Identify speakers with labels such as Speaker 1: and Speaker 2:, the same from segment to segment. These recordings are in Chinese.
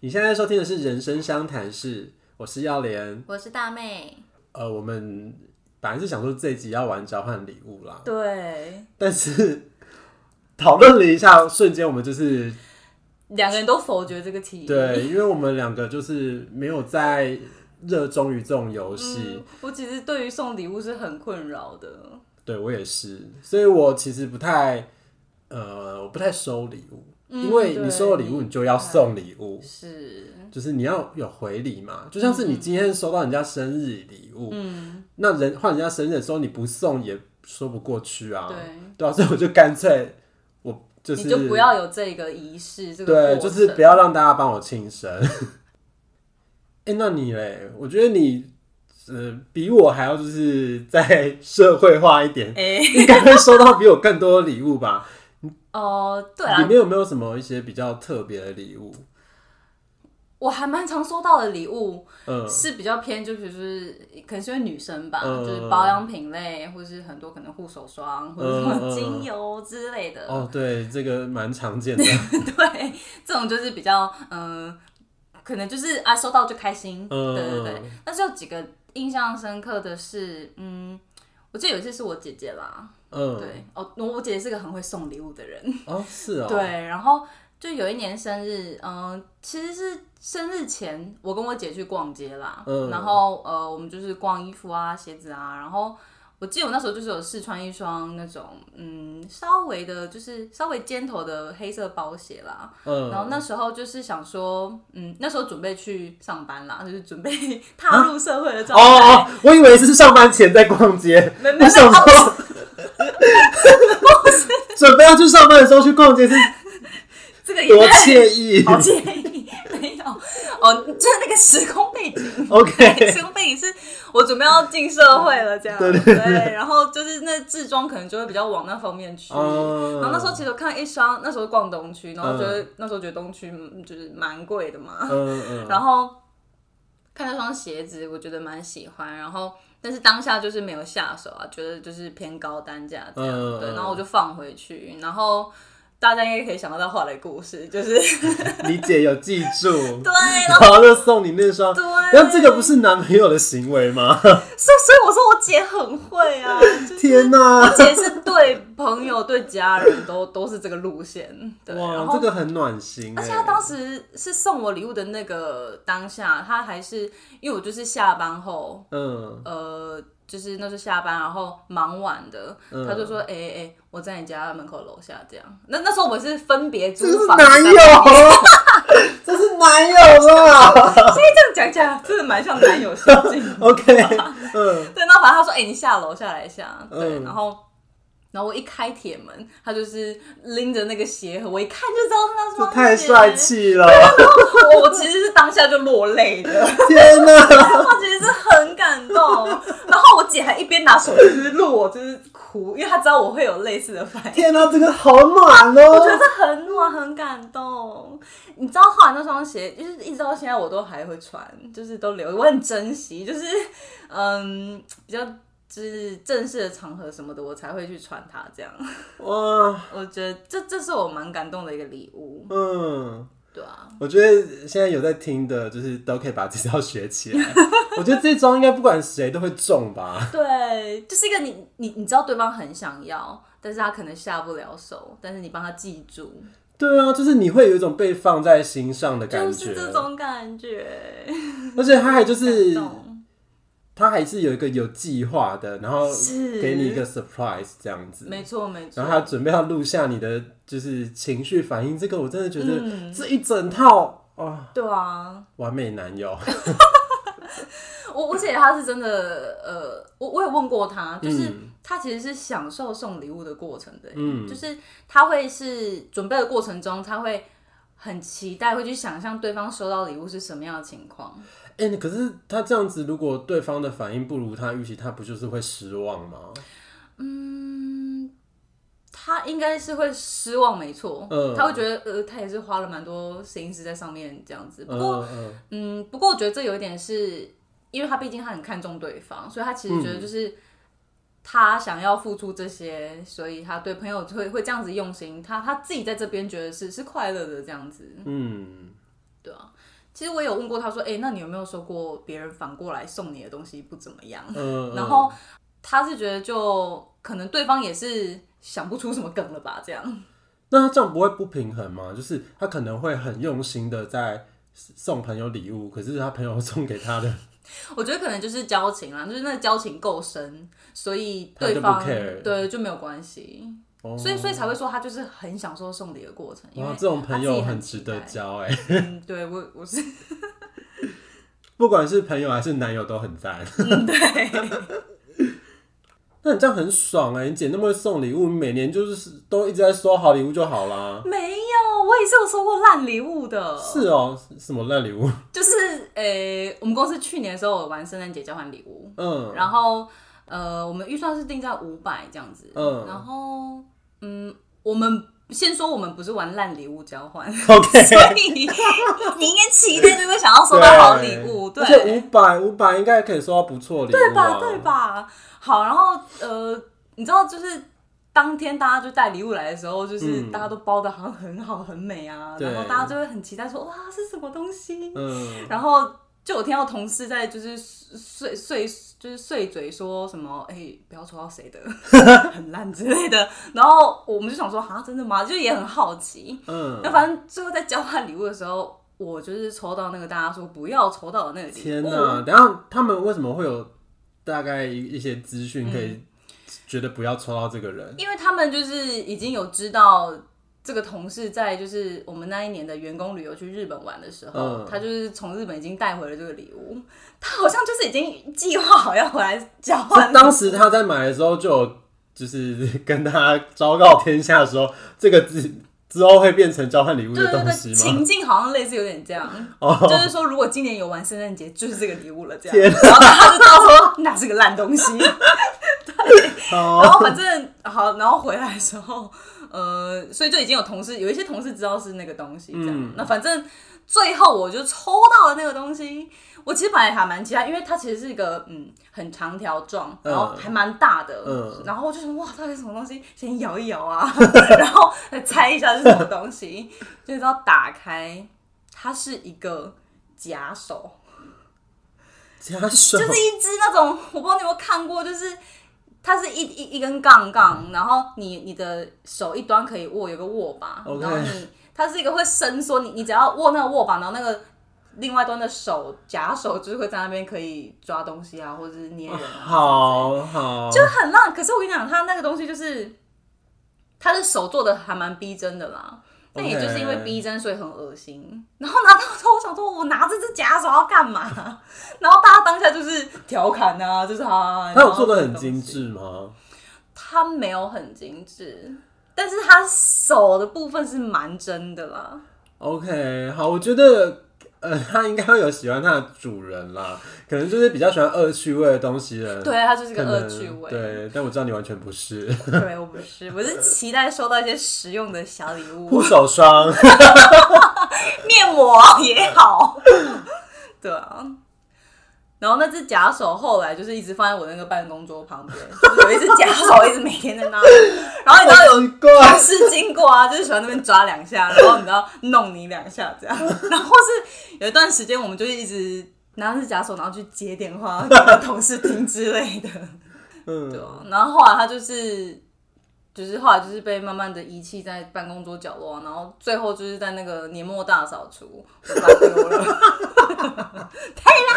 Speaker 1: 你现在收听的是《人生相谈室》，我是耀莲。
Speaker 2: 我是大妹，
Speaker 1: 呃，我们本来是想说这一集要玩交换礼物啦，
Speaker 3: 对，
Speaker 1: 但是讨论了一下，瞬间我们就是
Speaker 3: 两个人都否决这个提议。
Speaker 1: 对，因为我们两个就是没有在热衷于这种游戏。
Speaker 3: 嗯，我其实对于送礼物是很困扰的。
Speaker 1: 对我也是，所以我其实不太，呃，我不太收礼物，
Speaker 3: 嗯
Speaker 1: 因为你收了礼物，
Speaker 3: 对
Speaker 1: 你就要送礼物，
Speaker 3: 是，
Speaker 1: 就是你要有回礼嘛。就像是
Speaker 3: 嗯
Speaker 1: 你今天收到人家生日礼物，嗯，那人换人家生日的时候你不送也说不过去啊，
Speaker 3: 对，
Speaker 1: 对啊，所以我就干脆我就是
Speaker 3: 你就不要有这个仪式，这个
Speaker 1: 对，
Speaker 3: 过
Speaker 1: 就是
Speaker 3: 程
Speaker 1: 不要让大家帮我庆生。 哎、那你嘞？我觉得你。呃，比我还要就是再社会化一 点，
Speaker 3: 哎
Speaker 1: 应该会收到比我更多的礼物吧？
Speaker 3: 哦、 对
Speaker 1: 里
Speaker 3: 啊，
Speaker 1: 面有没有什么一些比较特别的礼物？
Speaker 3: 我还蛮常收到的礼物
Speaker 1: 嗯，
Speaker 3: 是比较偏，就比如说可能是因为女生吧，
Speaker 1: 嗯
Speaker 3: 就是保养品类，或是很多可能护手霜或者什
Speaker 1: 嗯嗯嗯
Speaker 3: 么精油之类的。
Speaker 1: 哦，对，这个蛮常见的。
Speaker 3: 对，这种就是比较嗯、呃可能就是啊收到就开心，
Speaker 1: 嗯
Speaker 3: 对对对
Speaker 1: 嗯。
Speaker 3: 但是有几个印象深刻的是，嗯，我记得有一次是我姐姐啦，
Speaker 1: 嗯，
Speaker 3: 对，哦，我我姐姐是个很会送礼物的人，
Speaker 1: 哦，是哦，，
Speaker 3: 对，然后。就有一年生日，嗯、其实是生日前，我跟我姐去逛街啦，
Speaker 1: 嗯
Speaker 3: 然后呃，我们就是逛衣服啊、鞋子啊，然后我记得我那时候就是有试穿一双那种，嗯，稍微的，就是稍微尖头的黑色包鞋啦，
Speaker 1: 嗯，
Speaker 3: 然后那时候就是想说，嗯，那时候准备去上班啦， 就是准备踏入社会的
Speaker 1: 哦
Speaker 3: 状态。
Speaker 1: 哦，我以为是上班前在逛街，
Speaker 3: 没 没
Speaker 1: 我想说， 准备要去上班的时候去逛街是
Speaker 3: 这个也
Speaker 1: 多惬意。
Speaker 3: 好介意，没有哦，就是那个时空背景。
Speaker 1: OK，
Speaker 3: 时空背景是我准备要进社会了，这样
Speaker 1: 对对
Speaker 3: 对然后就是那制装可能就会比较往那方面去。
Speaker 1: 哦
Speaker 3: 然后那时候其实我看一双，那时候逛东区，然后觉得、
Speaker 1: 嗯
Speaker 3: 那时候觉得东区嗯就是蛮贵的嘛，
Speaker 1: 嗯嗯，
Speaker 3: 然后看那双鞋子，我觉得蛮喜欢，然后但是当下就是没有下手啊，觉得就是偏高单价这样，
Speaker 1: 嗯
Speaker 3: 对，
Speaker 1: 嗯
Speaker 3: 然后我就放回去，然后。大家应该可以想得到话的故事，就是
Speaker 1: 你姐有记住，
Speaker 3: 对，然
Speaker 1: 然
Speaker 3: 后
Speaker 1: 后就送你那双。
Speaker 3: 对，啊
Speaker 1: 那这个不是男朋友的行为吗？
Speaker 3: 所以所以我说我姐很会啊，就是
Speaker 1: 天哪、
Speaker 3: 我姐是对朋友、对家人都 都是这个路线，对，然
Speaker 1: 哇，
Speaker 3: 后
Speaker 1: 这个很暖心、欸。
Speaker 3: 而且他当时是送我礼物的那个当下，他还是因为我就是下班后，
Speaker 1: 嗯，
Speaker 3: 呃，就是那时候下班，然后忙晚的，
Speaker 1: 嗯
Speaker 3: 他就说：“哎、哎、哎我在你家门口楼下这样。那”那时候我们是分别租
Speaker 1: 这是
Speaker 3: 房，
Speaker 1: 男友
Speaker 3: 这样，
Speaker 1: 这是男友啦。
Speaker 3: 这样讲起来真的蛮像男友心境。
Speaker 1: OK，嗯，
Speaker 3: 对，那反正他说：“哎、你下楼下来一下。”对，
Speaker 1: 嗯
Speaker 3: 然后。然后我一开铁门，他就是拎着那个鞋盒，我一看就知道是那
Speaker 1: 这
Speaker 3: 双
Speaker 1: 太
Speaker 3: 鞋
Speaker 1: 帅！气了！
Speaker 3: 我我其实是当下就落泪的，
Speaker 1: 天哪，
Speaker 3: 我其实是很感动。然后我姐还一边拿手机就是录我，就是哭，因为她知道我会有类似的反应。
Speaker 1: 天哪，这个好暖
Speaker 3: 我觉
Speaker 1: 哦！
Speaker 3: 得很暖，很感动。你知道后来那双鞋，就是一直到现在我都还会穿，就是都留，我很珍惜。就是嗯，比较就是正式的场合什么的，我才会去穿它。这样，
Speaker 1: 哇，
Speaker 3: 我觉得这这是我蛮感动的一个礼物，
Speaker 1: 嗯，
Speaker 3: 对啊。
Speaker 1: 我觉得现在有在听的，就是都可以把这招学起来。 我觉得这招应该不管谁都会中吧。
Speaker 3: 对，就是一个你你你知道对方很想要，但是他可能下不了手，但是你帮他记住，
Speaker 1: 对啊，就是你会有一种被放在心上的感
Speaker 3: 就
Speaker 1: 觉
Speaker 3: 是，这种 感觉。
Speaker 1: 而且他还就是
Speaker 3: 懂，
Speaker 1: 他还是有一个有计划的，然后
Speaker 3: 是
Speaker 1: 给你一个 surprise 这样子。
Speaker 3: 没错没错。
Speaker 1: 然后他准备要录下你的就是情绪反应，这个我真的觉得
Speaker 3: 嗯
Speaker 1: 这一整套啊、
Speaker 3: 对啊，
Speaker 1: 完美男友。
Speaker 3: 我我姐她是真的，呃，我我有问过她，就是
Speaker 1: 嗯
Speaker 3: 她其实是享受送礼物的过程的，欸
Speaker 1: 嗯
Speaker 3: 就是她会是准备的过程中，她会很期待，会去想象对方收到礼物是什么样的情况。
Speaker 1: 哎、可是他这样子，如果对方的反应不如他预期，他不就是会失望吗？
Speaker 3: 嗯，她应该是会失望，没错，
Speaker 1: 嗯
Speaker 3: 她会觉得，呃，她也是花了蛮多心思在上面这样子，不
Speaker 1: 嗯
Speaker 3: 过
Speaker 1: 嗯
Speaker 3: 嗯，不过我觉得这有一点是，因为他毕竟他很看重对方，所以他其实觉
Speaker 1: 嗯
Speaker 3: 得就是他想要付出这些，所以他对朋友会会这样子用心，他他自己在这边觉得是是快乐的这样子，
Speaker 1: 嗯，
Speaker 3: 对啊。其实我有问过他说，哎、那你有没有收过别人反过来送你的东西不怎么样？
Speaker 1: 嗯，
Speaker 3: 然后他是觉得就可能对方也是想不出什么梗了吧，这样。
Speaker 1: 那他这样不会不平衡吗？就是他可能会很用心的在送朋友礼物，可是他朋友送给他的，
Speaker 3: 我觉得可能就是交情啦，就是那个交情够深，所以
Speaker 1: 他就不
Speaker 3: 对方
Speaker 1: care
Speaker 3: 对就没有关系，
Speaker 1: 哦
Speaker 3: 所以所以才会说他就是很享受送礼的过程，因为
Speaker 1: 哇，这种
Speaker 3: 他
Speaker 1: 朋
Speaker 3: 自己
Speaker 1: 友
Speaker 3: 很
Speaker 1: 值
Speaker 3: 期
Speaker 1: 得
Speaker 3: 待
Speaker 1: 交哎、
Speaker 3: 嗯，对我我是
Speaker 1: 不管是朋友还是男友都很赞。
Speaker 3: 嗯对，
Speaker 1: 那你这样很爽哎、你姐那么会送礼物，你每年就是都一直在收好礼物就好啦。
Speaker 3: 没有，我也是有收过烂礼物的，
Speaker 1: 是哦、什么烂礼物？
Speaker 3: 就是诶、我们公司去年的时候有玩圣诞节交换礼物，
Speaker 1: 嗯，
Speaker 3: 然后呃，我们预算是定在五百这样子，
Speaker 1: 嗯
Speaker 3: 然后嗯，我们先说我们不是玩烂礼物交换
Speaker 1: OK
Speaker 3: 所以你你应该期待就会想要收到好礼物，对
Speaker 1: 而。且五百五百应该可以收到不错礼物、啊，
Speaker 3: 对吧？对吧？好，然后呃，你知道就是当天大家就带礼物来的时候，就是
Speaker 1: 嗯
Speaker 3: 大家都包的好像很好很美啊，
Speaker 1: 对
Speaker 3: 然后大家就会很期待说哇是什么东西，
Speaker 1: 嗯，
Speaker 3: 然后就有听到同事在就是碎碎就是碎嘴说什么哎、不要抽 到谁的很烂之类的，然后我们就想说啊真的吗？就也很好奇，那
Speaker 1: 嗯，
Speaker 3: 反正最后在交换礼物的时候。我就是抽到那个大家说不要抽到的那个礼物，
Speaker 1: 天哪！
Speaker 3: 嗯
Speaker 1: 然后他们为什么会有大概一一些资讯可以觉得不要抽到这个人？
Speaker 3: 因为他们就是已经有知道这个同事在就是我们那一年的员工旅游去日本玩的时候，
Speaker 1: 嗯
Speaker 3: 他就是从日本已经带回了这个礼物，他好像就是已经计划好要回来交换
Speaker 1: 那
Speaker 3: 了。
Speaker 1: 当时他在买的时候就有，就是跟他昭告天下说，这个之之后会变成交换礼物
Speaker 3: 对
Speaker 1: 的
Speaker 3: 对
Speaker 1: 东
Speaker 3: 对，
Speaker 1: 西吗？
Speaker 3: 情境好像类似有点这样，
Speaker 1: 哦，
Speaker 3: 就是说如果今年有玩圣诞节，就是这个礼物了这
Speaker 1: 天
Speaker 3: 样。然后他就知道说那是个烂东西，然
Speaker 1: 好，
Speaker 3: 后反正好，然后回来的时候，呃，所以就已经有同事，有一些同事知道是那个东西，这样。
Speaker 1: 嗯
Speaker 3: 那反正最后我就抽到了那个东西，我其实本来还蛮期待，因为它其实是一个嗯很长条状，然后
Speaker 1: 嗯
Speaker 3: 还蛮大的，
Speaker 1: 嗯
Speaker 3: 然后我就想哇，到底是什么东西？先摇一摇啊， 然后来猜一下是什么东西，就知道打开，它是一个假手。
Speaker 1: 加手
Speaker 3: 就是一只那种，我不知道你有没有看过，就是它是一一一根杠杠，然后你你的手一端可以握，有个握把
Speaker 1: OK
Speaker 3: 然后你它是一个会伸缩，你你只要握那个握把，然后那个另外端的手假手就是会在那边可以抓东西啊，或者是捏人啊，
Speaker 1: 哦好好，
Speaker 3: 就很浪。可是我跟你讲，它那个东西就是它的手做的还蛮逼真的啦。那也就是因为
Speaker 1: OK
Speaker 3: 逼真，所以很恶心。然后拿到之后，我想说，我拿这只假手要干嘛？ 然后大家当下就是调侃啊，就是啊，
Speaker 1: 他有做的很精，致吗？
Speaker 3: 他没有很精致，但是他手的部分是蛮真的啦。
Speaker 1: OK，好，我觉得呃，他应该会有喜欢他的主人啦， 可能就是比较喜欢恶趣味的东西的人。
Speaker 3: 对，他就是
Speaker 1: 可
Speaker 3: 个
Speaker 1: 能，
Speaker 3: 恶趣味。
Speaker 1: 对，但我知道你完全不是
Speaker 3: 对，我不是，我是期待收到一些实用的小礼物。
Speaker 1: 护手 霜。
Speaker 3: 面膜也好， 对啊。然后那只假手后来就是一直放在我那个办公桌旁边，就是有一只假手一直每天在那里。然后你知道有
Speaker 1: 奇 怪，
Speaker 3: 同事经过啊，就是喜欢那边抓两下，然后你知道弄你两下这样。然后是有一段时间我们就是一直拿着假手，然后去接电话给同事听之类的。对
Speaker 1: 嗯，
Speaker 3: 啊，然后后来他就是，就是后来就是被慢慢的遗弃在办公桌角落啊，然后最后就是在那个年末大扫除，我把它丢了，太烂了，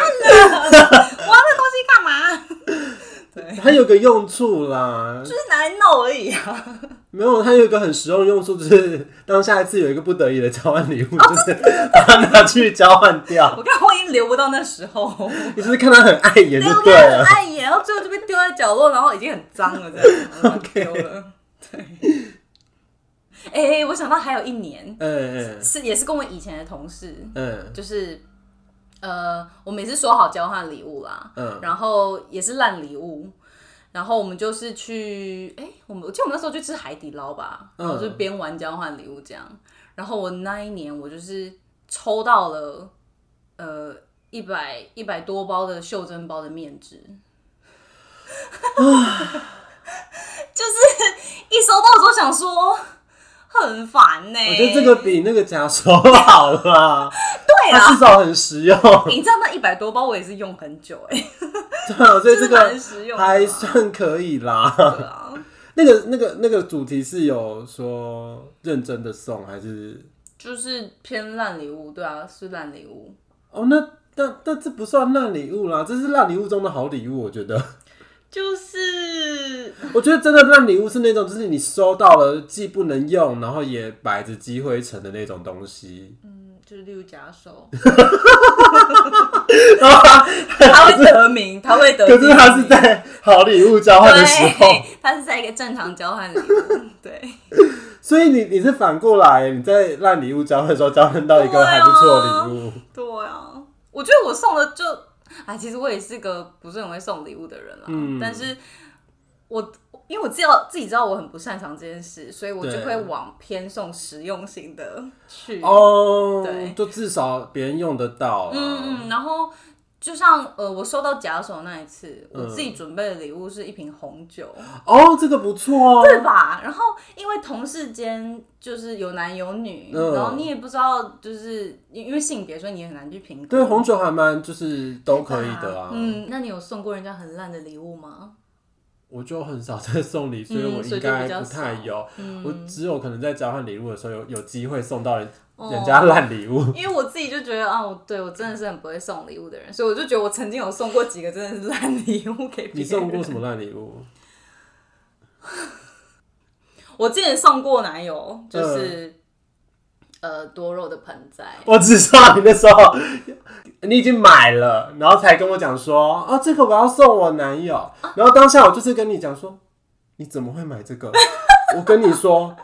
Speaker 3: 我要那东西干嘛？对，
Speaker 1: 它有个用处啦，
Speaker 3: 就是拿来闹而已啊。
Speaker 1: 没有，它有一个很实用的用处，就是当下一次有一个不得已的交换礼 物，就是把它拿去交换掉。
Speaker 3: 我看我已经留不到那时候，
Speaker 1: 你是不是看它很碍眼就
Speaker 3: 我
Speaker 1: 对
Speaker 3: 看很
Speaker 1: 了。
Speaker 3: 碍眼，然后最后就被丢在角落，然后已经很脏了，这样，然后把它丢了。对，哎、我想到还有一年
Speaker 1: 嗯嗯
Speaker 3: 是也是跟我以前的同事，
Speaker 1: 嗯
Speaker 3: 就是呃，我们也是说好交换礼物啦，
Speaker 1: 嗯，
Speaker 3: 然后也是烂礼物，然后我们就是去，哎、我们我记得我们那时候去吃海底捞吧，
Speaker 1: 嗯
Speaker 3: 然后就边玩交换礼物这样，然后我那一年我就是抽到了呃一百一百多包的袖珍包的面纸。 就是一收到的时候想说，很烦呢、
Speaker 1: 我觉得这个比那个假手好啦，
Speaker 3: 对
Speaker 1: 它
Speaker 3: 啊啦，
Speaker 1: 至少很实用。
Speaker 3: 你知道那一百多包我也是用很久哎、
Speaker 1: 对啊，所以
Speaker 3: 真
Speaker 1: 这
Speaker 3: 的
Speaker 1: 个
Speaker 3: 蛮实用的啊，
Speaker 1: 还算可以啦。
Speaker 3: 对啊。
Speaker 1: 那个、那个、那个主题是有说认真的送还是？
Speaker 3: 就是偏烂礼物，对啊，是烂礼物。
Speaker 1: 哦，那那那这不算烂礼物啦，这是烂礼物中的好礼物，我觉得。
Speaker 3: 就是
Speaker 1: 我觉得真的烂礼物是那种，就是你收到了既不能用，然后也摆着积灰尘的那种东西。
Speaker 3: 嗯，就是例如假手，他会得名，他会得
Speaker 1: 可
Speaker 3: 名。
Speaker 1: 是它是在好礼物交换的时候，
Speaker 3: 对， 他是在一个正常交换 礼物，对，
Speaker 1: 所以你你是反过来，你在烂礼物交换的时候交换到一个还不错的礼物。
Speaker 3: 对啊。我觉得我送的就，哎，其实我也是个不是很会送礼物的人啦，
Speaker 1: 嗯
Speaker 3: 但是我。因为我知道自己知道我很不擅长这件事，所以我就
Speaker 1: 对
Speaker 3: 会往偏送实用性的去。
Speaker 1: 哦
Speaker 3: 对，
Speaker 1: 就至少别人用得到、啊。
Speaker 3: 嗯，嗯，然后就像呃，我收到假手那一次，我
Speaker 1: 嗯
Speaker 3: 自己准备的礼物是一瓶红酒，
Speaker 1: 哦，这个不错哦。
Speaker 3: 对吧？然后因为同事间就是有男有女，
Speaker 1: 嗯
Speaker 3: 然后你也不知道，就是因因为性别，所以你也很难去评估。
Speaker 1: 对，红酒还蛮就是都可以的啊。
Speaker 3: 嗯，那你有送过人家很烂的礼物吗？
Speaker 1: 我就很少在送礼，所以
Speaker 3: 嗯
Speaker 1: 我
Speaker 3: 所
Speaker 1: 应
Speaker 3: 以就
Speaker 1: 该
Speaker 3: 比较
Speaker 1: 不太
Speaker 3: 少
Speaker 1: 有。
Speaker 3: 嗯
Speaker 1: 我只有可能在交换礼物的时候有有机会送到人、
Speaker 3: 哦
Speaker 1: 人家烂礼 物。
Speaker 3: 因为我自己就觉得啊，我对我真的是很不会送礼物的人，所以我就觉得我曾经有送过几个真的是烂礼物给别人。
Speaker 1: 你送过什么烂礼物？
Speaker 3: 我之前送过男友，
Speaker 1: 嗯
Speaker 3: 就是、呃多肉的盆栽，
Speaker 1: 我只知道你那时候你已经买了，然后才跟我讲说，哦，这个我要送我男友。然后当下我就是跟你讲说，你怎么会买这个？ 我跟你说，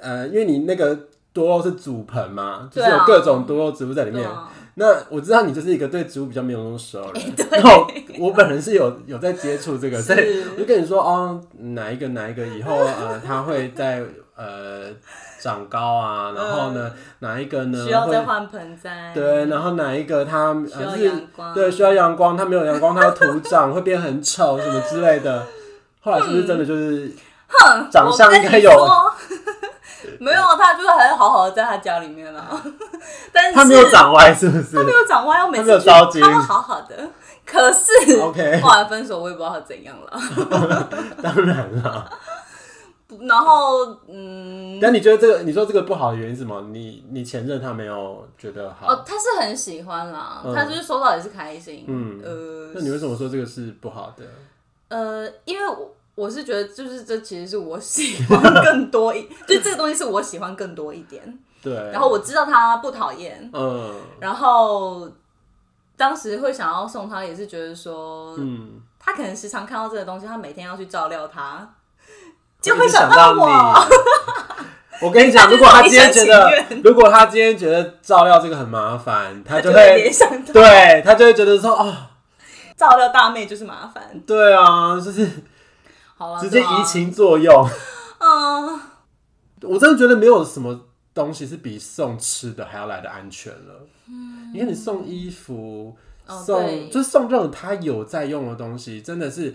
Speaker 1: 呃，因为你那个多肉是组盆嘛，就是
Speaker 3: 对
Speaker 1: 有
Speaker 3: 啊
Speaker 1: 各种多肉植物在里
Speaker 3: 对
Speaker 1: 面。
Speaker 3: 啊，
Speaker 1: 那我知道你就是一个对植物比较没有那么熟的
Speaker 3: 哎
Speaker 1: 人，然后我本人是有有在接触这个，所以我就跟你说哦，哪一个哪一个 以后呃，它会在呃长高啊，然后呢哪一个呢
Speaker 3: 嗯需要再
Speaker 1: 会
Speaker 3: 换盆栽，哦
Speaker 1: 对，然后哪一个它
Speaker 3: 需要
Speaker 1: 呃日
Speaker 3: 阳光，
Speaker 1: 对需要阳光，它没有阳光它会徒长会变很丑什么之类 的。后来是不是真的就是
Speaker 3: 哼
Speaker 1: 长相应该有
Speaker 3: 我跟你说 没有，他就是还是好好的在他家里面啦， 但是
Speaker 1: 它没有，长歪，是不是
Speaker 3: 他没有长歪，我每
Speaker 1: 他没有
Speaker 3: 次去
Speaker 1: 糟践
Speaker 3: 他会好好的， 可是
Speaker 1: ？OK，
Speaker 3: 后来分手，我也不知道他怎样了。
Speaker 1: 当然了。
Speaker 3: 不然后嗯，
Speaker 1: 但你觉得这个，你说这个不好的原因是什么？你你前任他没有觉得好？
Speaker 3: 哦，他是很喜欢啦，
Speaker 1: 嗯
Speaker 3: 他就是收到也是开心，
Speaker 1: 嗯
Speaker 3: 呃，
Speaker 1: 那你为什么说这个是不好的？
Speaker 3: 呃，因为我我是觉得，就是这其实是我喜欢更多一， 就这个东西是我喜欢更多一点。
Speaker 1: 对，
Speaker 3: 然后我知道他不讨厌，
Speaker 1: 嗯
Speaker 3: 然后当时会想要送他，也是觉得说，
Speaker 1: 嗯，
Speaker 3: 他可能时常看到这个东西，他每天要去照料他，就
Speaker 1: 就
Speaker 3: 会
Speaker 1: 想
Speaker 3: 到
Speaker 1: 你
Speaker 3: 我。。
Speaker 1: 我跟你 讲，如果他今天觉
Speaker 3: 他就是一
Speaker 1: 得，如果他今天觉得照料这个很麻烦，他就
Speaker 3: 就会
Speaker 1: 会
Speaker 3: 联想到
Speaker 1: 对他就会觉得说哦，
Speaker 3: 照料大妹就是麻烦，
Speaker 1: 对啊，就是
Speaker 3: 好了，
Speaker 1: 直接
Speaker 3: 对啊
Speaker 1: 移，情作用。
Speaker 3: 嗯、
Speaker 1: 我真的觉得没有什么东西是比送吃的还要来的安全了。嗯，因为你送衣服，
Speaker 3: 哦
Speaker 1: 送
Speaker 3: 对
Speaker 1: 就是送这种他有在用的东西，真的是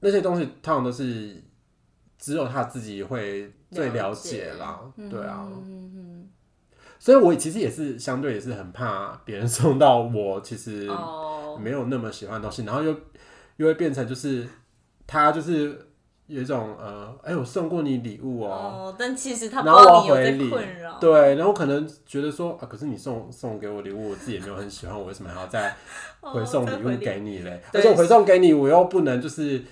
Speaker 1: 那些东西通常都是只有他自己会最了解啦。对啊，
Speaker 3: 嗯嗯
Speaker 1: 所以我其实也是相对也是很怕别人 送到我其实
Speaker 3: 嗯哦，
Speaker 1: 没有那么喜欢的东西，然后又又会变成就是他就是有一种呃，哎、我送过你礼物哦
Speaker 3: 哦，但其实他不
Speaker 1: 然
Speaker 3: 知
Speaker 1: 后我
Speaker 3: 道
Speaker 1: 要
Speaker 3: 你有
Speaker 1: 回
Speaker 3: 在
Speaker 1: 礼
Speaker 3: 困扰，
Speaker 1: 对，然后我可能觉得说啊，可是你送送给我礼物，我自己也没有很喜欢，我为什么还要再
Speaker 3: 哦
Speaker 1: 回送
Speaker 3: 再
Speaker 1: 礼物给你嘞？而
Speaker 3: 对
Speaker 1: 且我回送给你，我又不能就是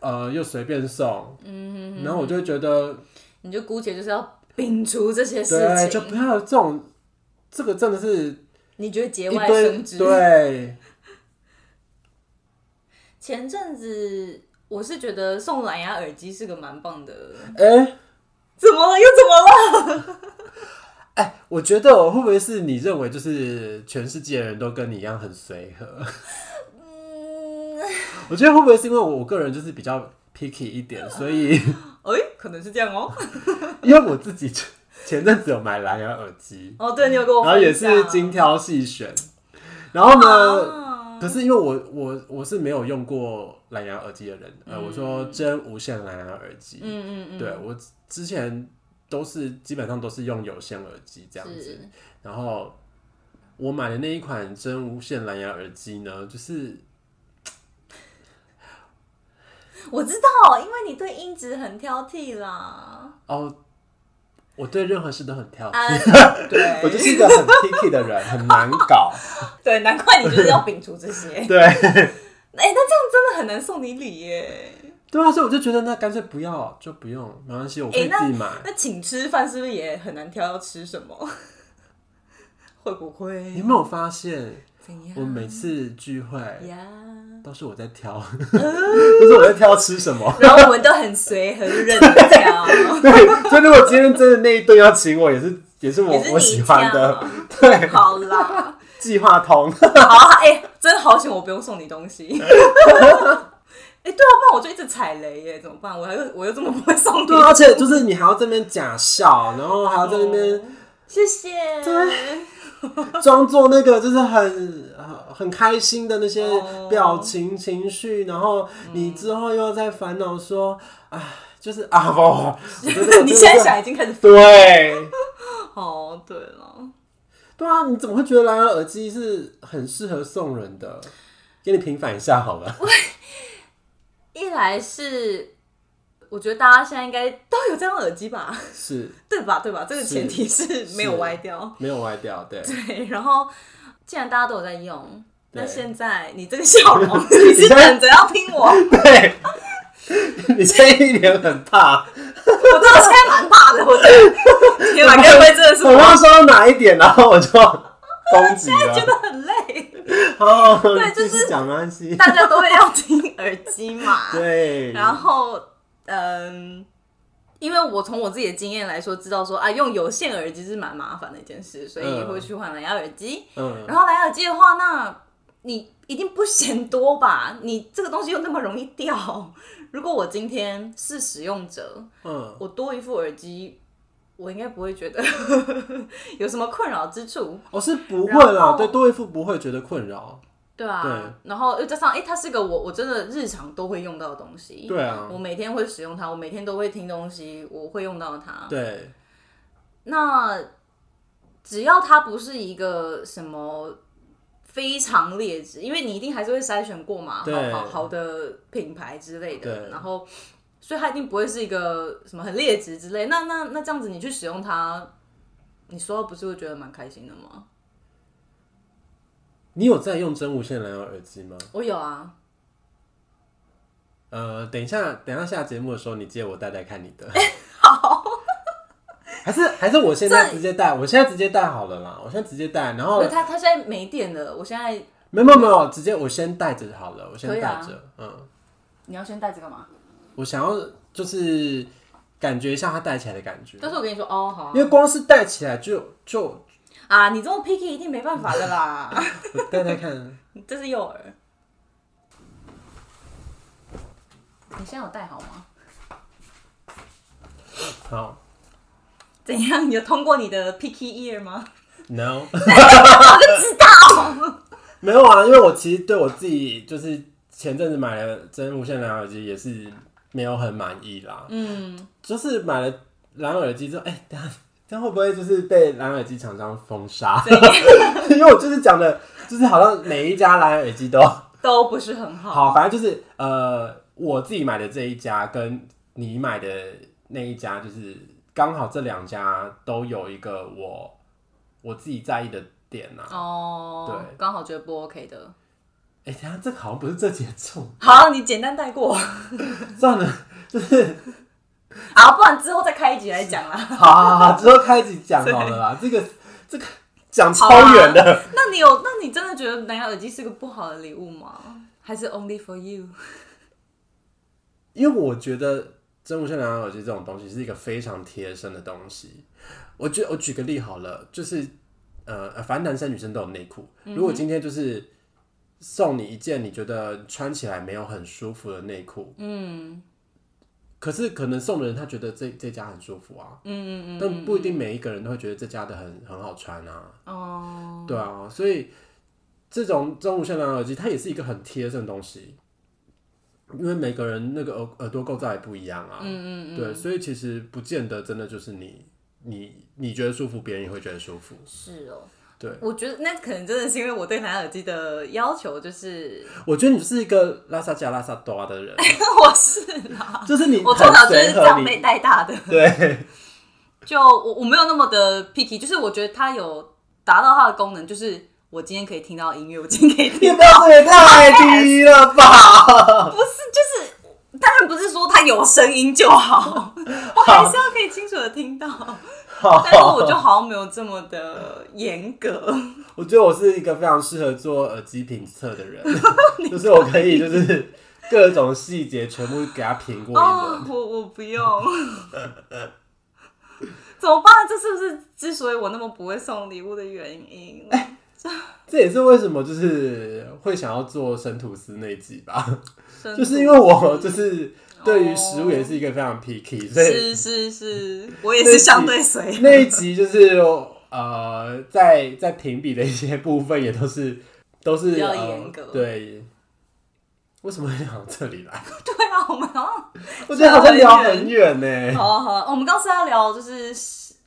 Speaker 1: 呃又随便送，
Speaker 3: 嗯，
Speaker 1: 然后我就会觉得
Speaker 3: 你就姑且就是要摒除这些
Speaker 1: 对，
Speaker 3: 事
Speaker 1: 就
Speaker 3: 情，
Speaker 1: 不要有这种，这个真的是
Speaker 3: 你觉得节
Speaker 1: 一
Speaker 3: 外
Speaker 1: 堆
Speaker 3: 生枝。
Speaker 1: 对，
Speaker 3: 前阵子我是觉得送蓝牙耳机是个蛮棒的，
Speaker 1: 哎
Speaker 3: 怎么了又怎么了？
Speaker 1: 哎，我觉得我会不会是你认为就是全世界人都跟你一样很随和？
Speaker 3: 嗯，
Speaker 1: 我觉得会不会是因为我我个人就是比较 picky 一点，所以。
Speaker 3: 哎、可能是这样哦。
Speaker 1: 因为我自己前前阵子有买蓝牙耳机，
Speaker 3: 哦，对你有跟我
Speaker 1: 然
Speaker 3: 分享，
Speaker 1: 后也是精挑细选，然后呢，
Speaker 3: 啊
Speaker 1: 可是因为我我我是没有用过蓝牙耳机的人，呃，我说真无线蓝牙耳机，
Speaker 3: 嗯嗯嗯，
Speaker 1: 对我之前都是基本上都是用有线耳机这样子，
Speaker 3: 是
Speaker 1: 然后我买的那一款真无线蓝牙耳机呢，就是
Speaker 3: 我知道，因为你对音质很挑剔啦。
Speaker 1: 哦，我对任何事都很挑剔，
Speaker 3: 啊，
Speaker 1: 我
Speaker 3: 对，
Speaker 1: 就是一个很 picky 的人，很难 搞，
Speaker 3: 对，难怪你就是要摒除 这些。
Speaker 1: 对
Speaker 3: 哎、那这样真的很难送你礼耶。
Speaker 1: 对啊，所以我就觉得那干脆不要，就不用，没关系，我可以
Speaker 3: 哎那
Speaker 1: 自己买。
Speaker 3: 那请吃饭是不是也很难挑要吃什么？ 会不
Speaker 1: 你有
Speaker 3: 会
Speaker 1: 没有发现，
Speaker 3: 怎
Speaker 1: 我
Speaker 3: 样
Speaker 1: 每次聚会
Speaker 3: 呀？嗯
Speaker 1: 都是我在挑， 都是我在挑吃什么。
Speaker 3: 然后我们都很随和，就认得挑，
Speaker 1: 所以如果今天真的那一顿要请我，也是也 是我
Speaker 3: 也是
Speaker 1: 我
Speaker 3: 你
Speaker 1: 喜欢的，
Speaker 3: 挑。对，好啦，
Speaker 1: 计划通。
Speaker 3: 好，哎、真的好险，我不用送你东西。哎、对啊，不然我就一直踩雷耶，怎么办？我还又我又这么不会送礼
Speaker 1: 对，，啊而且就是你还要这边假笑，然后还要在那边
Speaker 3: 谢谢。哦
Speaker 1: 装作那个就是很很很开心的那些
Speaker 3: 哦嗯
Speaker 1: 表情情绪，然后你之后又在烦恼说，哎，就是啊不，我 觉得
Speaker 3: 你现在想已经开始
Speaker 1: 对。啊
Speaker 3: 哦，对了，
Speaker 1: 对啊，你怎么会觉得蓝牙耳机是很适合送人的？给你平反一下好了。
Speaker 3: 一来是我觉得大家现在应该都有这样的耳机吧，
Speaker 1: 是
Speaker 3: 对吧？对吧？这个前提是
Speaker 1: 是
Speaker 3: 没有歪掉。
Speaker 1: 没有歪掉，对。
Speaker 3: 对，然后既然大家都有在用，
Speaker 1: 对
Speaker 3: 那现在你这个笑容，你 是等着要听我？我
Speaker 1: 对， 你现在一脸很怕，
Speaker 3: 真的现在蛮怕的，我觉 得天哪，啊该不会真的是
Speaker 1: 我
Speaker 3: 我
Speaker 1: 刚说到哪一点，然后我就攻击
Speaker 3: 觉
Speaker 1: 了。
Speaker 3: 得很累？
Speaker 1: 好，
Speaker 3: 对就
Speaker 1: 继
Speaker 3: 是
Speaker 1: 续讲没关系。
Speaker 3: 大家都会要听耳机嘛。
Speaker 1: 对，
Speaker 3: 然后，嗯，因为我从我自己的经验来说，知道说啊，用有线耳机是蛮麻烦的一件事，所以
Speaker 1: 嗯
Speaker 3: 会去换蓝牙耳机。
Speaker 1: 嗯，
Speaker 3: 然后蓝牙耳机的话，那你一定不嫌多吧？你这个东西又那么容易掉。如果我今天是使用者，
Speaker 1: 嗯，
Speaker 3: 我多一副耳机，我应该不会觉得 有什么困扰之处。
Speaker 1: 我哦是不会
Speaker 3: 然
Speaker 1: 啦，
Speaker 3: 后
Speaker 1: 对，多一副不会觉得困扰。
Speaker 3: 对啊，
Speaker 1: 对
Speaker 3: 然后又加上，哎、它是个我我真的日常都会用到的东西。
Speaker 1: 对啊
Speaker 3: 我，每天会使用它，我每天都会听东西，我会用到它。
Speaker 1: 对，
Speaker 3: 那只要它不是一个什么非常劣质，因为你一定还是会筛选过嘛，好
Speaker 1: 对
Speaker 3: 好好的品牌之类的，
Speaker 1: 对
Speaker 3: 然后所以它一定不会是一个什么很劣质之类。那那那这样子你去使用它，你说不是会觉得蛮开心的吗？
Speaker 1: 你有在用真无线蓝牙耳机吗？
Speaker 3: 我有啊，
Speaker 1: 呃，等一下，等一下下节目的时候，你借我戴戴看你 的。好，还是还是我现在直接戴，我现在直接戴好了啦，我现在直接戴，然
Speaker 3: 不
Speaker 1: 后
Speaker 3: 是它它现在没电了，我现在
Speaker 1: 没有没有没有，直接我先戴着好了，我先
Speaker 3: 可以
Speaker 1: 戴
Speaker 3: 啊
Speaker 1: 着，嗯，
Speaker 3: 你要先带这个嘛？
Speaker 1: 我想要就是感觉一下它戴起来的感觉，
Speaker 3: 但是我跟你说，哦好啊
Speaker 1: 因为光是戴起来就就
Speaker 3: 啊，你这么 picky 一定没办法的啦，
Speaker 1: 我戴戴看，
Speaker 3: 这是诱饵。你现在有戴好吗？
Speaker 1: 好
Speaker 3: 怎样？有通过你的 picky ear 吗？
Speaker 1: ，no，
Speaker 3: 知道。
Speaker 1: 没有啊，因为我其实对我自己就是前阵子买了真无线蓝牙耳机也是没有很满意啦，
Speaker 3: 嗯，
Speaker 1: 就是买了蓝牙耳机之后，哎、等一下这样会不会就是被蓝牙耳机厂商封杀？ 因为我就是讲的，就是好像每一家蓝牙耳机都
Speaker 3: 都不是很好。
Speaker 1: 好，反正就是呃，我自己买的这一家跟你买的那一家，就是刚好这两家都有一个我我自己在意的点呐、啊。
Speaker 3: 哦，
Speaker 1: 对
Speaker 3: 刚好觉得不 OK 的。
Speaker 1: 哎、等一下这个好像不是这节重，
Speaker 3: 好，你简单带过。
Speaker 1: 算了，就是
Speaker 3: 好，不然之后再开一集来讲啦。
Speaker 1: 好好好，之后开始讲好了 啦。这个这个讲超远的。
Speaker 3: 啊那你有？那你真的觉得蓝牙耳机是个不好的礼物吗？还是 only for you？
Speaker 1: 因为我觉得真无线蓝牙耳机这种东西是一个非常贴身的东西。我举我举个例好了，就是呃，呃反正男生女生都有内裤。
Speaker 3: 嗯
Speaker 1: 如果今天就是送你一件你觉得穿起来没有很舒服的内裤，
Speaker 3: 嗯
Speaker 1: 可是可能送的人他觉得这这家很舒服啊，
Speaker 3: 嗯嗯
Speaker 1: 但不一定每一个人都会觉得这家的很很好穿啊，
Speaker 3: 嗯。哦，
Speaker 1: 对啊，所以这种中无线蓝牙耳机，它也是一个很贴身的东西，因为每个人那个耳耳朵构造也不一样啊。嗯嗯嗯。对，所以其实不见得真的就是你你你觉得舒服，别人也会觉得舒服。
Speaker 3: 是哦，
Speaker 1: 对，
Speaker 3: 我觉得那可能真的是因为我对蓝牙耳机的要求就是，
Speaker 1: 我觉得你就是一个拉萨加拉萨多的人，
Speaker 3: 我是啦，
Speaker 1: 就是你
Speaker 3: 哎我从小
Speaker 1: 很
Speaker 3: 就是
Speaker 1: 随
Speaker 3: 这样
Speaker 1: 和
Speaker 3: 被
Speaker 1: 你。
Speaker 3: 带大的，
Speaker 1: 对，
Speaker 3: 就我我没有那么的 picky，就是我觉得它有达到它的功能，就是我今天可以听到音乐，我今天可以
Speaker 1: 你
Speaker 3: 听
Speaker 1: 不要这也太低了吧！
Speaker 3: 当然不是说它有声音 就好，我还是要可以清楚的听到。
Speaker 1: 好
Speaker 3: 但是我就好像没有这么的严格，
Speaker 1: 我觉得我是一个非常适合做耳机评测的 人，就是我可以就是各种细节全部给他评过一轮。
Speaker 3: 哦，我我不用。 怎么办？这是不是之所以我那么不会送礼物的原因？
Speaker 1: 哎这也是为什么就是会想要做生吐司那一集吧，
Speaker 3: 深
Speaker 1: 就是
Speaker 3: 度
Speaker 1: 因为我就是对于食物也是一个非常 picky，所以
Speaker 3: 是是是，我也是相对随和。
Speaker 1: 那一集就是呃，在在评比的一些部分也都是都是
Speaker 3: 比较
Speaker 1: 呃
Speaker 3: 严格
Speaker 1: 对。为什么会聊到这里 来？
Speaker 3: 对啊，我 们好像
Speaker 1: 我觉得好像
Speaker 3: 啊
Speaker 1: 聊很远呢、
Speaker 3: 好啊好啊，我们刚刚是要聊就是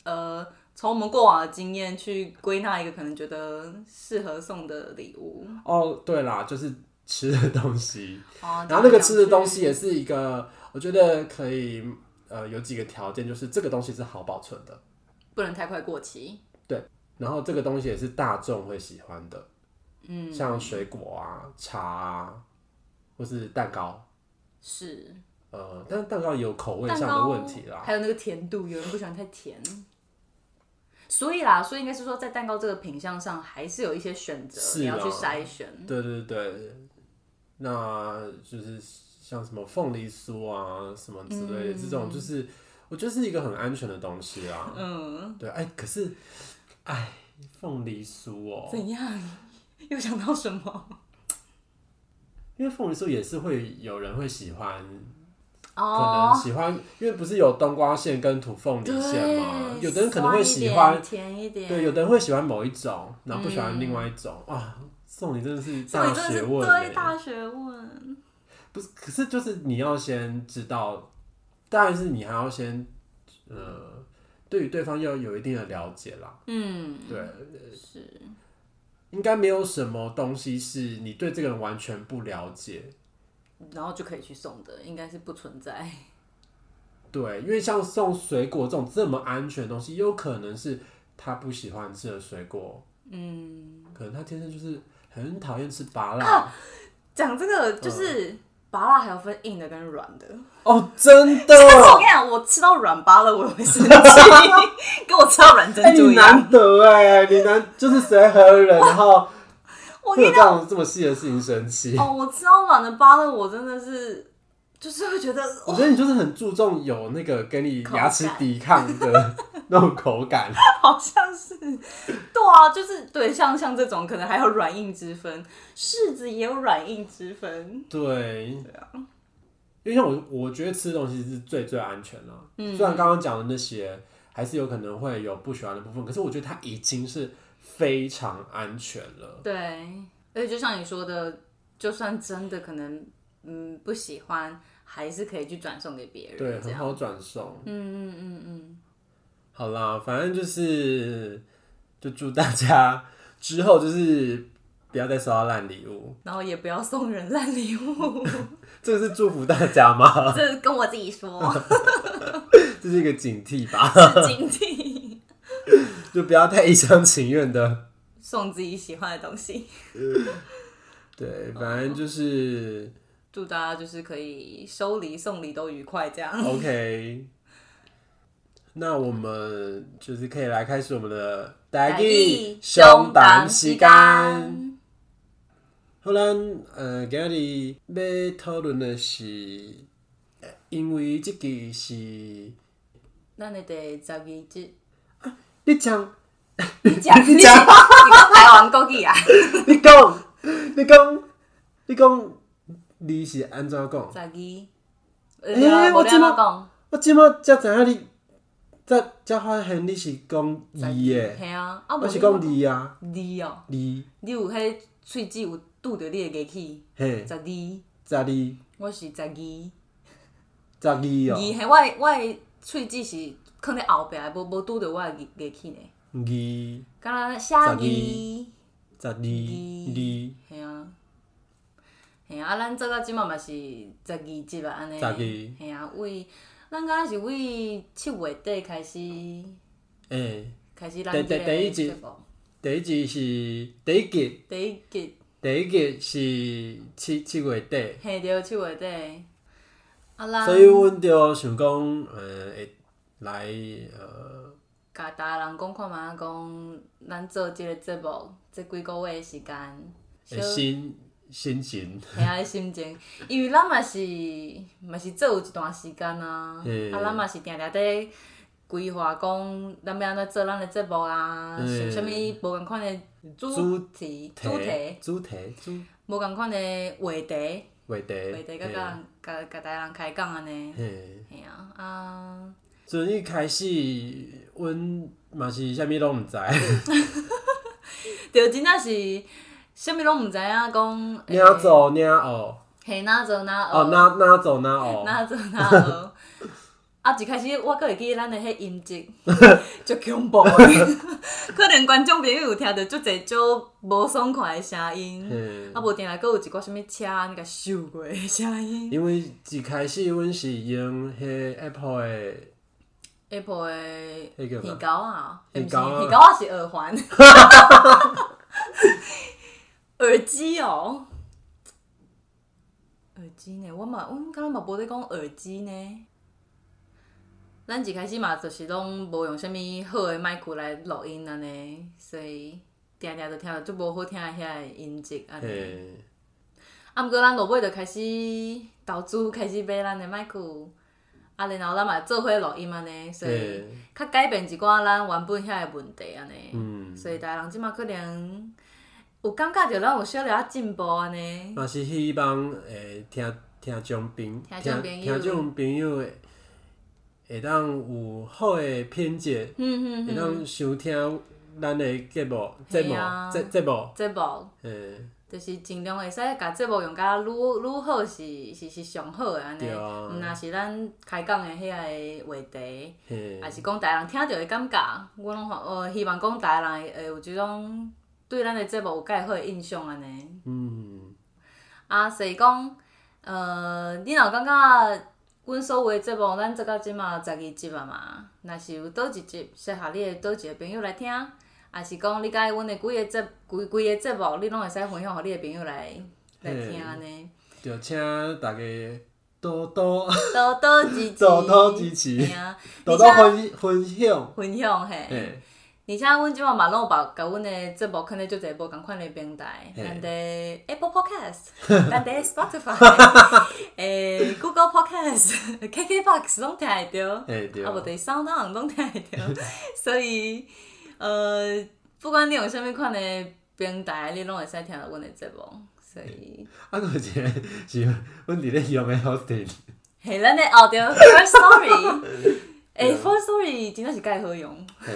Speaker 3: 呃，从我们过往的经验去归纳一个可能觉得适合送的礼物。
Speaker 1: 哦，对啦，就是吃的东西。
Speaker 3: 哦
Speaker 1: 然后那个吃的东西也是一个，我觉得可以，呃，有几个条件，就是这个东西是好保存的，
Speaker 3: 不能太快过期。
Speaker 1: 然后这个东西也是大众会喜欢的，
Speaker 3: 嗯，
Speaker 1: 像水果啊、茶啊，或是蛋糕，
Speaker 3: 是
Speaker 1: 呃，但是蛋糕也有口味
Speaker 3: 蛋
Speaker 1: 上
Speaker 3: 糕
Speaker 1: 的问题啦。
Speaker 3: 还有那个甜度，有人不喜欢太甜。所以啦，所以应该是说，在蛋糕这个品相上，还是有一些选择，
Speaker 1: 是啊
Speaker 3: 你要去筛选。
Speaker 1: 对对对，那就是像什么凤梨酥啊什么之类的，这种就是我觉得是一个很安全的东西啊。
Speaker 3: 嗯，
Speaker 1: 对，哎，可是，哎，凤梨酥哦，
Speaker 3: 怎样？ 又想到什么？
Speaker 1: 因为凤梨酥也是会有人会喜欢，可能
Speaker 3: 哦，
Speaker 1: 喜欢，因为不是有冬瓜馅跟土凤梨馅吗？
Speaker 3: 哦对
Speaker 1: 有的人可能会喜
Speaker 3: 酸一
Speaker 1: 欢，
Speaker 3: 点甜一点，
Speaker 1: 对，有的人会喜欢某一种，然后不喜欢另外一种、啊。送你真的是
Speaker 3: 所
Speaker 1: 大
Speaker 3: 嗯以真的
Speaker 1: 学
Speaker 3: 是
Speaker 1: 问、
Speaker 3: 对
Speaker 1: 欸，
Speaker 3: 大学问。
Speaker 1: 不是？可是就是你要先知道，当然是你还要先呃，对于对方要有一定的了解啦。
Speaker 3: 嗯，
Speaker 1: 对，
Speaker 3: 是
Speaker 1: 应该没有什么东西是你对这个人完全不了解，
Speaker 3: 然后就可以去送的，应该是不存在。
Speaker 1: 对，因为像送水果这种这么安全的东西，有可能是他不喜欢吃的水果，
Speaker 3: 嗯，
Speaker 1: 可能他天生就是很讨厌吃芭乐。
Speaker 3: 啊讲这个
Speaker 1: 嗯
Speaker 3: 就是拔蜡还有分硬的跟软的，
Speaker 1: 哦，真的，
Speaker 3: 但是我跟你讲，我吃到软拔了，我也会 生气，跟我吃到软
Speaker 1: 哎、
Speaker 3: 珍珠
Speaker 1: 你
Speaker 3: 一样。
Speaker 1: 难得哎、你难就是随和人，然后会
Speaker 3: 我跟
Speaker 1: 有这
Speaker 3: 你讲，
Speaker 1: 种这么细的事情生气。
Speaker 3: 哦，我吃到软的拔了，我真的是就是会觉 得，
Speaker 1: 我觉得你就是很注重有那个跟你牙齿
Speaker 3: 口感
Speaker 1: 抵抗 的那种口感。
Speaker 3: 好像是，对啊，就是对，像像这种可能还有软硬之分，柿子也有软硬之分。
Speaker 1: 对，
Speaker 3: 啊
Speaker 1: 因为像我，我觉得吃东西是最最安全了、
Speaker 3: 嗯
Speaker 1: 虽然刚刚讲的那些还是有可能会有不喜欢的部分，可是我觉得它已经是非常安全了。
Speaker 3: 对，而且就像你说的，就算真的可能嗯不喜欢，还是可以去转送给别人。
Speaker 1: 对，
Speaker 3: 这
Speaker 1: 很
Speaker 3: 样。
Speaker 1: 好转送。
Speaker 3: 嗯嗯嗯嗯，
Speaker 1: 好啦，反正就是，就祝大家之后就是不要再收到烂礼物。
Speaker 3: 然后也不要送人烂 礼物，
Speaker 1: 这个是祝福大家吗？
Speaker 3: 这跟我自己说
Speaker 1: 这是一个警惕吧，
Speaker 3: 是警惕，
Speaker 1: 就不要太一厢情愿的
Speaker 3: 送自己喜欢的东西。
Speaker 1: 对，反正就是、
Speaker 3: 祝大家就是可以收礼送礼都愉快，这样。
Speaker 1: OK。那我们就是可以来开始我们的
Speaker 3: 大
Speaker 1: 台
Speaker 3: 意
Speaker 1: 语相谈时
Speaker 3: 时
Speaker 1: 间。
Speaker 3: 间
Speaker 1: 好，咱呃今日要讨论的是，呃因为这个是
Speaker 3: 那你得 十二集，
Speaker 1: 你讲，
Speaker 3: 你讲，
Speaker 1: 你
Speaker 3: 你
Speaker 1: 讲
Speaker 3: 讲，你讲台湾国语啊？
Speaker 1: 你讲，你讲，你讲，你是安怎讲？
Speaker 3: 十二，
Speaker 1: 欸
Speaker 3: 呃，我
Speaker 1: 我
Speaker 3: 怎
Speaker 1: 真的
Speaker 3: 么讲？
Speaker 1: 我即马才知影你再加花很你是讲离耶，
Speaker 3: 嘿啊，啊
Speaker 1: 我
Speaker 3: 无
Speaker 1: 是
Speaker 3: 你
Speaker 1: 讲离啊，
Speaker 3: 你哦，
Speaker 1: 离
Speaker 3: 你有迄喙齿有拄着你的牙齿，
Speaker 1: 嘿，
Speaker 3: 十二，
Speaker 1: 十二十
Speaker 3: 我是十二。
Speaker 1: 哦二
Speaker 3: 二
Speaker 1: 哦，
Speaker 3: 嘿，我的我的喙齿是放咧后壁，无无拄着我的牙牙齿呢。
Speaker 1: 二十
Speaker 3: 敢若写字，嘿
Speaker 1: 二二
Speaker 3: 啊，嘿啊，啊，咱做到即满嘛是十二集啊，安尼。
Speaker 1: 十二
Speaker 3: 嘿啊，为咱敢若是为七月底开始
Speaker 1: 诶，
Speaker 3: 开始咱
Speaker 1: 第
Speaker 3: 这
Speaker 1: 第
Speaker 3: 个
Speaker 1: 第一集
Speaker 3: 节目
Speaker 1: 第一集是第一集，
Speaker 3: 第一集，
Speaker 1: 第一集是七七月底，
Speaker 3: 嘿着七月底。啊，咱
Speaker 1: 所以阮就想讲，呃，会来呃，
Speaker 3: 甲逐个人讲看觅讲咱做即个节目，即几个月的时间，
Speaker 1: 会心心情，
Speaker 3: 吓啊，心情，因为咱嘛是嘛是做有一段时间啊，
Speaker 1: 嗯
Speaker 3: 啊，咱嘛是定定在规划讲，咱要安怎做咱的节目啊，
Speaker 1: 嗯
Speaker 3: 想啥物无共款的主
Speaker 1: 主
Speaker 3: 题、主题，
Speaker 1: 主题主
Speaker 3: 无共款的话题，
Speaker 1: 话题，
Speaker 3: 话题甲甲甲甲大家人开讲安尼，
Speaker 1: 嘿。
Speaker 3: 吓啊，啊，
Speaker 1: 阵一开始，阮嘛是啥物拢 毋知，
Speaker 3: 着真正是啥物拢毋知影讲，诶
Speaker 1: 哪做哪学，
Speaker 3: 嘿哪做哪
Speaker 1: 哦
Speaker 3: 学，
Speaker 1: 哪哪做哪学，
Speaker 3: 哪做哪学。哦啊！一开始我阁会记咱的迄音质，足恐怖的。 可能观众朋友有听到足侪足无爽快的声音，
Speaker 1: 嗯
Speaker 3: 啊，无定来阁有一寡啥物车那个咻过的声音。
Speaker 1: 因为一开始阮是用迄 Apple 的，
Speaker 3: Apple 的
Speaker 1: 那个吧
Speaker 3: 耳膏啊，
Speaker 1: 耳
Speaker 3: 耳
Speaker 1: 膏啊
Speaker 3: 膏啊是耳环， 耳机哦，耳机呢？我嘛，阮敢若嘛无咧讲耳机呢。咱一开始嘛，就是拢无用啥物好的麦克来录音安尼，所以定定就听着足无好听的遐的音质安尼。
Speaker 1: 嘿，
Speaker 3: 啊，毋过咱落尾就开始投资，开始买咱的麦克，啊，然后咱嘛做伙录音安尼，所以。
Speaker 1: 嘿，
Speaker 3: 较改变一寡咱原本遐个问题安尼，
Speaker 1: 嗯，
Speaker 3: 所以大家人即马可能有感觉着咱有小了仔进步安
Speaker 1: 嗯
Speaker 3: 尼，
Speaker 1: 嘛是希望诶听听众朋
Speaker 3: 听众朋友
Speaker 1: 听众朋友会会当有好的品质，
Speaker 3: 嗯
Speaker 1: 会
Speaker 3: 嗯嗯，
Speaker 1: 当收听咱的节目节目
Speaker 3: 嘿啊
Speaker 1: 节节目，
Speaker 3: 节目
Speaker 1: 嗯，
Speaker 3: 就是尽量会使甲节目用甲愈愈好是是是上好的安尼，
Speaker 1: 对啊
Speaker 3: 毋若是咱开讲的遐个话题，
Speaker 1: 嘿
Speaker 3: 也，是讲大家人听着会感觉，我拢呃希望讲大家人会会有即种对咱的节目有介好的印象安尼。
Speaker 1: 嗯。
Speaker 3: 啊，所以讲，呃，你若感觉阮所有的节目，咱做到即嘛十二集啊嘛，若是有倒一集适合你的倒一个朋友来听，也是讲你甲阮的几个节几几个节目，你拢会使分享互你的朋友来来
Speaker 1: 嘿
Speaker 3: 听安尼，
Speaker 1: 就请大家多多
Speaker 3: 多多支持，
Speaker 1: 多多支持
Speaker 3: 嘿啊，
Speaker 1: 多
Speaker 3: 而
Speaker 1: 多
Speaker 3: 且
Speaker 1: 分分享，
Speaker 3: 分享嘿。
Speaker 1: 嘿，
Speaker 3: 而且，阮即满嘛拢有把甲阮的节目放咧足侪无共款的平台，
Speaker 1: 嘿
Speaker 3: 咱伫 Apple Podcast，咱伫 Spotify，诶 Google Podcast、KKBox 拢听会着，
Speaker 1: 嘿对
Speaker 3: 啊，无伫 Sound On 拢听会着，所以呃，不管你用啥物款的平台，你拢会使听到阮的节目，所以。
Speaker 1: 啊，佫有一个是阮伫咧用的 hosting，
Speaker 3: 嘿，咱的哦对，First Story，诶，First Story 真正是介好用，
Speaker 1: 嘿，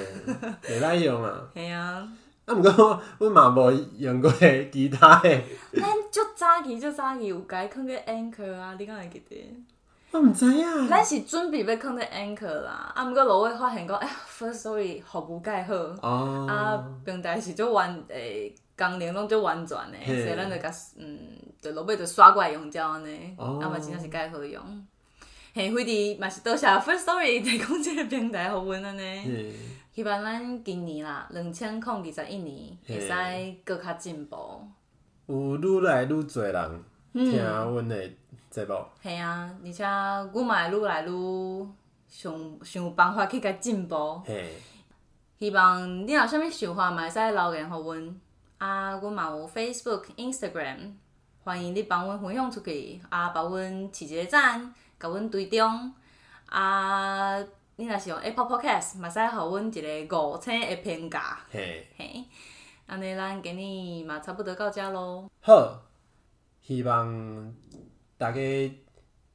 Speaker 1: 袂歹用啊。
Speaker 3: 嘿啊。
Speaker 1: 啊，毋过阮嘛无用过其他的，
Speaker 3: 咱足早期足早期有家放个 anchor 啊，你敢会记得？
Speaker 1: 我毋知啊影。
Speaker 3: 咱是准备要放个 anchor 啦，啊，毋过落尾发现讲，哎呀，first story 服务介好，
Speaker 1: 哦，
Speaker 3: 啊，平台是足完诶，功能拢足完全
Speaker 1: 嘿
Speaker 3: 诶，所以咱就甲嗯，就落尾就刷过来用照安尼，
Speaker 1: 哦
Speaker 3: 啊嘛真正是介好用。嘿，非得嘛是多谢 First Story 提供即个平台互阮安尼，
Speaker 1: 嘿，
Speaker 3: 希望咱今年啦，两千零二十一年
Speaker 1: 嘿
Speaker 3: 会使搁较进步。
Speaker 1: 有愈来愈侪人
Speaker 3: 嗯
Speaker 1: 听阮的节目，
Speaker 3: 系啊，而且阮嘛会愈来愈想想有办法去甲进步。
Speaker 1: 嘿，
Speaker 3: 希望你若有啥物想法，嘛会使留言互阮。啊，阮嘛有 Facebook、Instagram，欢迎你帮阮分享出去，啊，帮阮起一个赞，甲阮追踪。啊，你若是用 Apple Podcast，嘛会使互阮一个五星的评价。
Speaker 1: 嘿，
Speaker 3: 嘿，安尼咱今年嘛差不多到遮咯。
Speaker 1: 好， 希望大家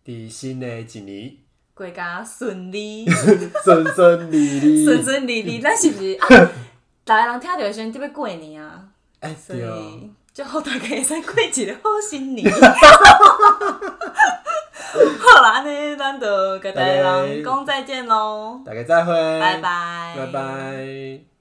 Speaker 1: 伫新的一年
Speaker 3: 鬼家顺利，
Speaker 1: 真真理
Speaker 3: 顺
Speaker 1: 理，
Speaker 3: 顺利利，咱是不是？啊，大家人听到的时阵，特别过年啊，
Speaker 1: 哎
Speaker 3: 所
Speaker 1: 对哦，
Speaker 3: 以就好大家会使过一个好新年。 好啦，安尼咱就甲大家人讲再见喽，
Speaker 1: 大家再会，
Speaker 3: 拜拜，
Speaker 1: 拜拜。